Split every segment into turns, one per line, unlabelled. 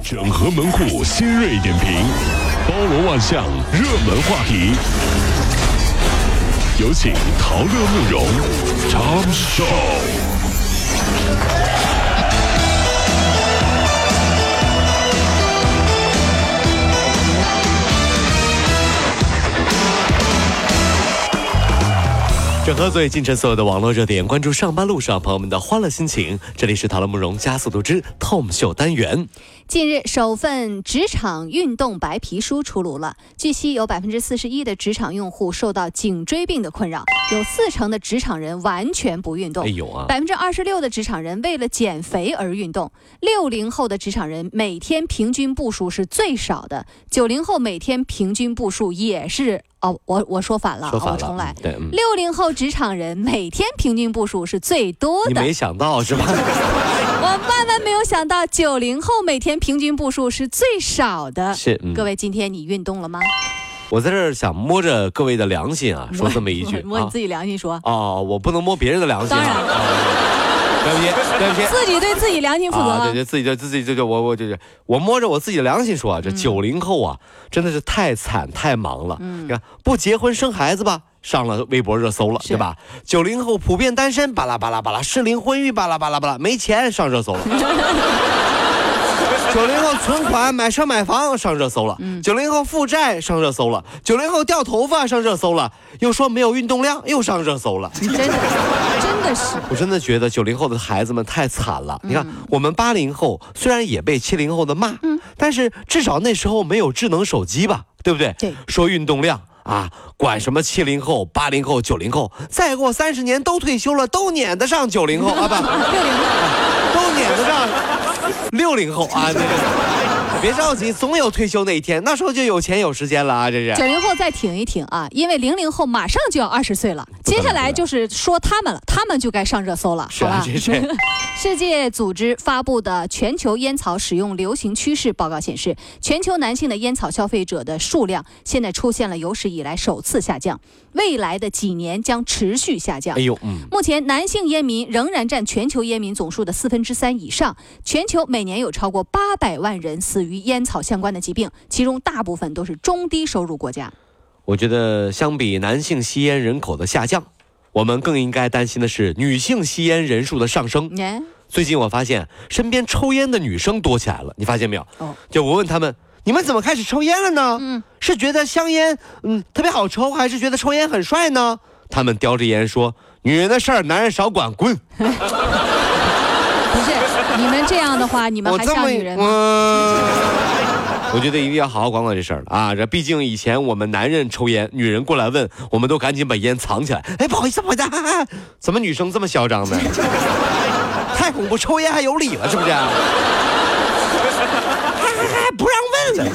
整合门户新锐点评，包罗万象，热门话题。有请陶乐慕容长寿。
整合最近晨所有的网络热点，关注上班路上朋友们的欢乐心情。这里是塔罗慕容加速度之 Tom 秀单元。
近日，首份职场运动白皮书出炉了。据悉，有百分之四十一的职场用户受到颈椎病的困扰，有四成的职场人完全不运动
哎。呦啊，
百分之二十六的职场人为了减肥而运动，六零后的职场人每天平均步数是最少的，九零后每天平均步数也是哦，我我说反了，
说
啊
反
我重来
了，，对，嗯，
六零后职场人每天平均步数是最多
你
的。
没想到 是吧？
我万万没有想到，九零后每天平均步数是最少 的。
是，嗯
各，位，今天你运动了吗？
我在这儿想摸着各位的良心啊，说这么 一句
摸你
啊
自，己良心说，
哦，我不能摸别人的良心
当
啊，对
然
不起，对不起。
自己对自己良心负责
啊，对
啊。
对，自己就自己就就我我就是我摸着我自己的良心说啊，
嗯
这九零后啊，真的是太惨太忙了。
嗯
你看不结婚生孩子吧，上了微博热搜了，
是
对吧？九零后普遍单身，巴拉巴拉巴拉，适龄婚育，巴拉巴拉巴拉，没钱上热 搜了。九零后存款买车买房上热搜了，
嗯
九零后负债上热搜了，九零后掉头发上热搜了，又说没有运动量又上热搜了。
真的，真的是，
我真的觉得九零后的孩子们太惨了。你看，
嗯
我们八零后虽然也被七零后的骂，但是至少那时候没有智能手机吧，对不对？
对
说运动量啊，管什么七零后、八零后、九零后，再过三十年都退休了，都撵得上九零后啊，不，
六零后
都撵得上六零后啊。那个别着急，总有退休那一天，那时候就有钱有时间了啊，这是
九。零后再挺一挺啊，因为零零后马上就要二十岁了，
不可能
接下来就是说他们了，他们就该上热搜了，
是啊
好吧？
这这
世界组织发布的《全球烟草使用流行趋势报告》显示，全球男性的烟草消费者的数量现在出现了有史以来首次下降，未来的几年将持续下降
哎。呦，嗯，
目前，男性烟民仍然占全球烟民总数的四分之三以上。全球每年有超过八百万人死于烟草相关的疾病，其中大部分都是中低收入国家。
我觉得相比男性吸烟人口的下降，我们更应该担心的是女性吸烟人数的上升。
哎，
最近我发现身边抽烟的女生多起来了，你发现没有？
哦
就我问他们，你们怎么开始抽烟了呢？
嗯
是觉得香烟嗯特别好抽，还是觉得抽烟很帅呢？他们叼着烟说：“女人的事儿，男人少管，滚！”
不是，你们这样的话，你们
我
还
这么
像
一
女人吗？
我我 觉得一定要好好管管这事儿了啊！这毕竟以前我们男人抽烟，女人过来问，我们都赶紧把烟藏起来。哎，不好意思，不好意思，啊啊 怎么女生这么嚣张呢？太恐怖，抽烟还有理了是不是？ 还还还不让问了，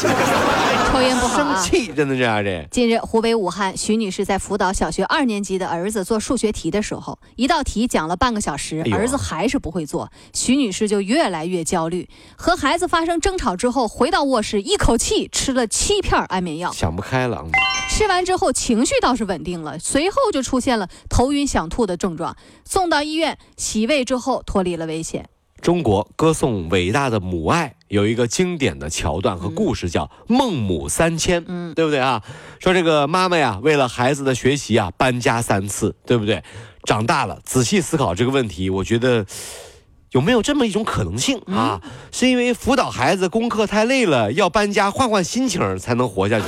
抽烟不好
生
啊。
气，真的这样的。
近日，湖北武汉徐女士在辅导小学二年级的儿子做数学题的时候，一道题讲了半个小时
哎，呦
儿子还是不会做，徐女士就越来越焦虑。和孩子发生争吵之后，回到卧室，一口气吃了七片安眠药，
想不开了，嗯
吃完之后情绪倒是稳定了，随后就出现了头晕想吐的症状，送到医院洗胃之后脱离了危险。
中国歌颂伟大的母爱有一个经典的桥段和故事，叫《孟母三迁》，
嗯
对不对啊？说这个妈妈呀，为了孩子的学习啊，搬家三次，对不对？长大了，仔细思考这个问题，我觉得有没有这么一种可能性啊？是因为辅导孩子功课太累了，要搬家换换心情儿才能活下去。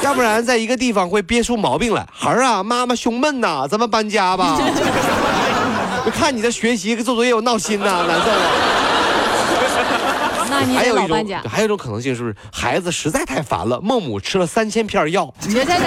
要不然，在一个地方会憋出毛病来。孩儿啊，妈妈胸闷呐，咱们搬家吧。我看你这学习跟做作业，我闹心 呐、难受啊。
那啊你
还
得
有一
老搬
种
家，，
还有一种可能性，是不是孩子实在太烦了？孟母吃了三千片 药，
你这这这。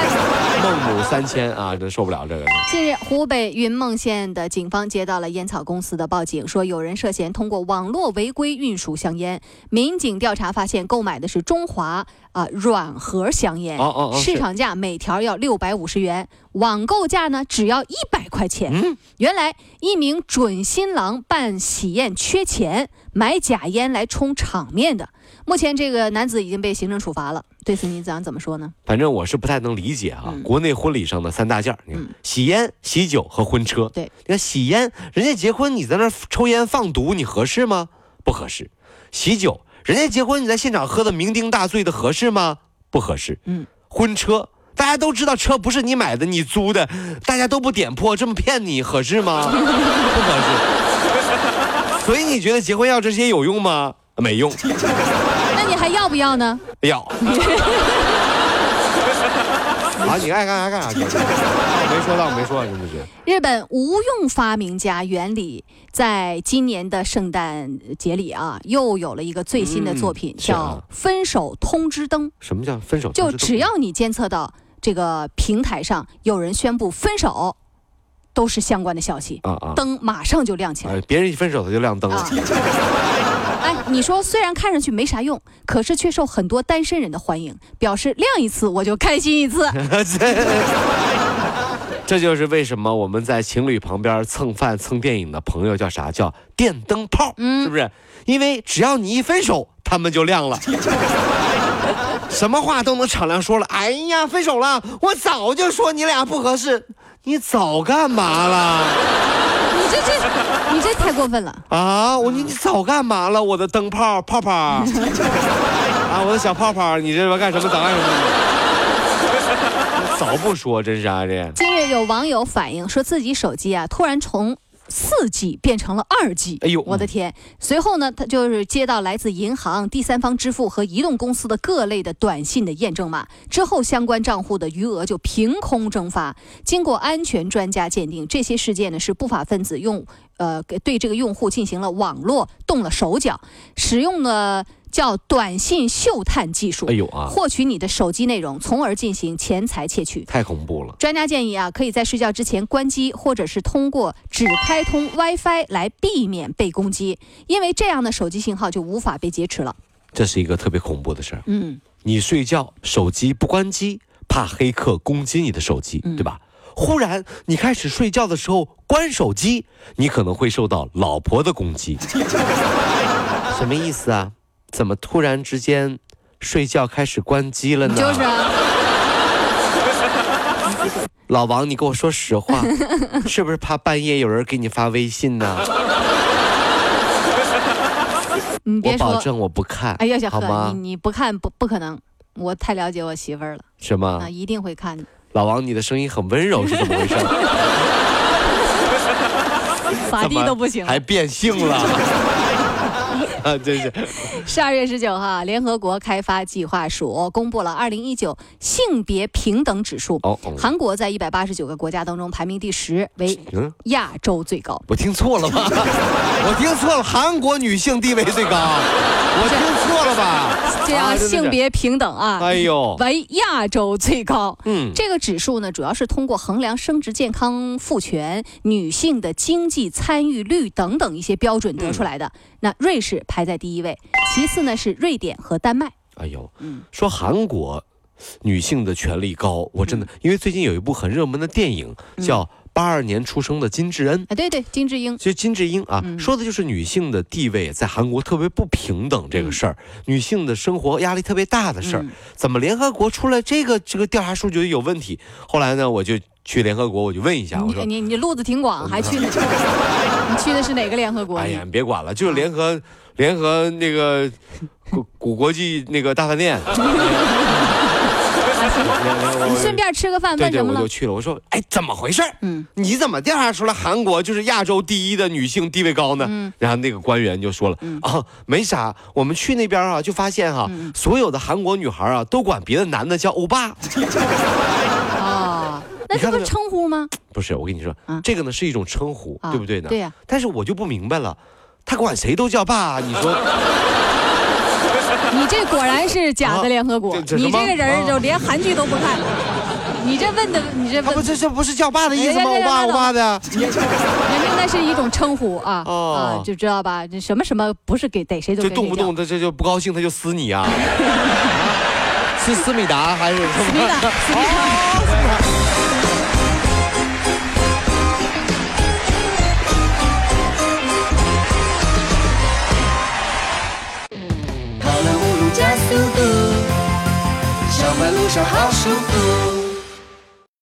孟母三迁啊，真受不了这个。
近日，湖北云梦县的警方接到了烟草公司的报警，说有人涉嫌通过网络违规运输香烟。民警调查发现，购买的是中华啊、软盒香烟，
哦哦哦是
市场价每条要六百五十元，网购价呢只要一百块钱。
嗯
原来，一名准新郎办喜宴缺钱，买假烟来充场面的。目前，这个男子已经被行政处罚了。对此，您想怎么说呢？
反正我是不太能理解啊，
嗯
国内婚礼上的三大件儿，你看
嗯
喜烟、喜酒和婚车。
对，
你看喜烟，人家结婚你在那儿抽烟放毒，你合适吗？不合适。喜酒，人家结婚你在现场喝的酩酊大醉的合适吗？不合适。
嗯，
婚车，大家都知道车不是你买的，你租的，大家都不点破，这么骗你合适 吗？不合适。所以你觉得结婚要这些有用吗？没用，
那你还要不要呢？
要。 啊，你爱干啥干啥去。没说到，没说到，真的是。
日本无用发明家原理在今年的圣诞节里啊，又有了一个最新的作品，
嗯是
叫
啊
“分手通知灯
什么叫分手”。通
就
知
只
动
要你监测到这个平台上有人宣布分手，都是相关的消息，
啊啊，
灯马上就亮起来。
哎，别人一分手他就亮灯了
啊。哎，你说虽然看上去没啥用，可是却受很多单身人的欢迎，表示亮一次我就开心 一次。
这就是为什么我们在情侣旁边蹭饭蹭电影的朋友叫啥？叫电灯泡，
嗯
是不是？因为只要你一分手，他们就亮了。什么话都能敞亮说了。哎呀，分手了，我早就说你俩不合适，你早干嘛了
你这这，你这太过分了。
啊？我你你早干嘛了？我的灯泡泡 泡啊，我的小泡泡，你这干什么？早干什么？早不说，真是啊这。
近日有网友反映说，自己手机啊突然从四 G 变成了二 G。
哎呦
我的天！随后呢，他就是接到来自银行、第三方支付和移动公司的各类的短信的验证码，之后相关账户的余额就凭空蒸发。经过安全专家鉴定，这些事件呢是不法分子用呃给对这个用户进行了网络动了手脚，使用了叫短信嗅探技术
哎，呦啊，
获取你的手机内容，从而进行钱财窃取。
太恐怖了。
专家建议啊，可以在睡觉之前关机，或者是通过只开通 WiFi 来避免被攻击，因为这样的手机信号就无法被劫持了。
这是一个特别恐怖的事儿。
嗯，
你睡觉手机不关机，怕黑客攻击你的手机，
嗯
对吧？忽然你开始睡觉的时候关手机，你可能会受到老婆的攻 击。什么意思啊？怎么突然之间睡觉开始关机了呢？
就是啊，
老王，你给我说实 话，是不是怕半夜有人给你发微信呢？
你
我
别
保
说，
证我不看，
哎呀，小
好
贺，
吗
你？你不看不不可能，我太了解我媳妇儿了
是吗？
啊，一定会看 的。
老王，你的声音很温柔，是怎么回事？
咋
怎
地
么
都不行。
还变性 了。啊，真是
十二月十九号，联合国开发计划署公布了二零一九性别平等指数，
哦，哦
韩国在一百八十九个国家当中排名第十，为
嗯，
亚洲最高。
我听错了 吧？我听错了，韩国女性地位最高，我听错了 吧？
这样
啊真的是
性别平等啊，
哎呦，
为亚洲最高。
嗯，
这个指数呢，主要是通过衡量生殖健康、父权、女性的经济参与率等等一些标准得出来的。
嗯
那瑞士排在第一位，其次呢是瑞典和丹麦。
哎呦
嗯，
说韩国女性的权利高，我真的，
嗯
因为最近有一部很热门的电影叫《八二年出生的金智恩》。
啊，对对，金智英，
其实金智英啊，
嗯
说的就是女性的地位在韩国特别不平等这个事儿，女性的生活压力特别大的事儿。
嗯
怎么联合国出来这个这个调查数据有问题？后来呢，我就去联合国，我就问一下，哎我
你
说。
你你路子挺广，啊 还去你去的是哪个联合国？啊
哎呀，你别管了，就是联合、联合那个古古国际那个大饭店，
啊行吧
联联合
你
国
顺便吃个饭，
对
问
对，
什么
我
了
就？去了。我说，哎，怎么回事儿？
嗯，
你怎么调查出来韩国就是亚洲第一的女性地位高呢？
嗯
然后那个官员就说了、啊，没啥，我们去那边啊，就发现哈、
嗯
所有的韩国女孩啊都管别的男的叫欧巴。
啊，那
你
这
看那
不是
个
称呼吗？
不是，我跟你说，
啊
这个呢是一种称呼，
啊
对不对呢？
对呀，
但是我就不明白了，他管谁都叫爸，啊你说
你这果然是假的联合国，
啊这这什么
你这个人儿就连韩剧都不看。你这问的，你这
他
问
不这这不是叫爸的意思吗？
哎
欧
呀
巴
呀呀
欧巴的。啊
人家那是一种称呼啊、
哦
啊，就知道吧？这什么什么不是给逮谁就
这
跟谁
动不动他这就不高兴，他就撕你 啊！是思密达还是什么？
叫。没了
跑了五路加速度，上班路上好舒服。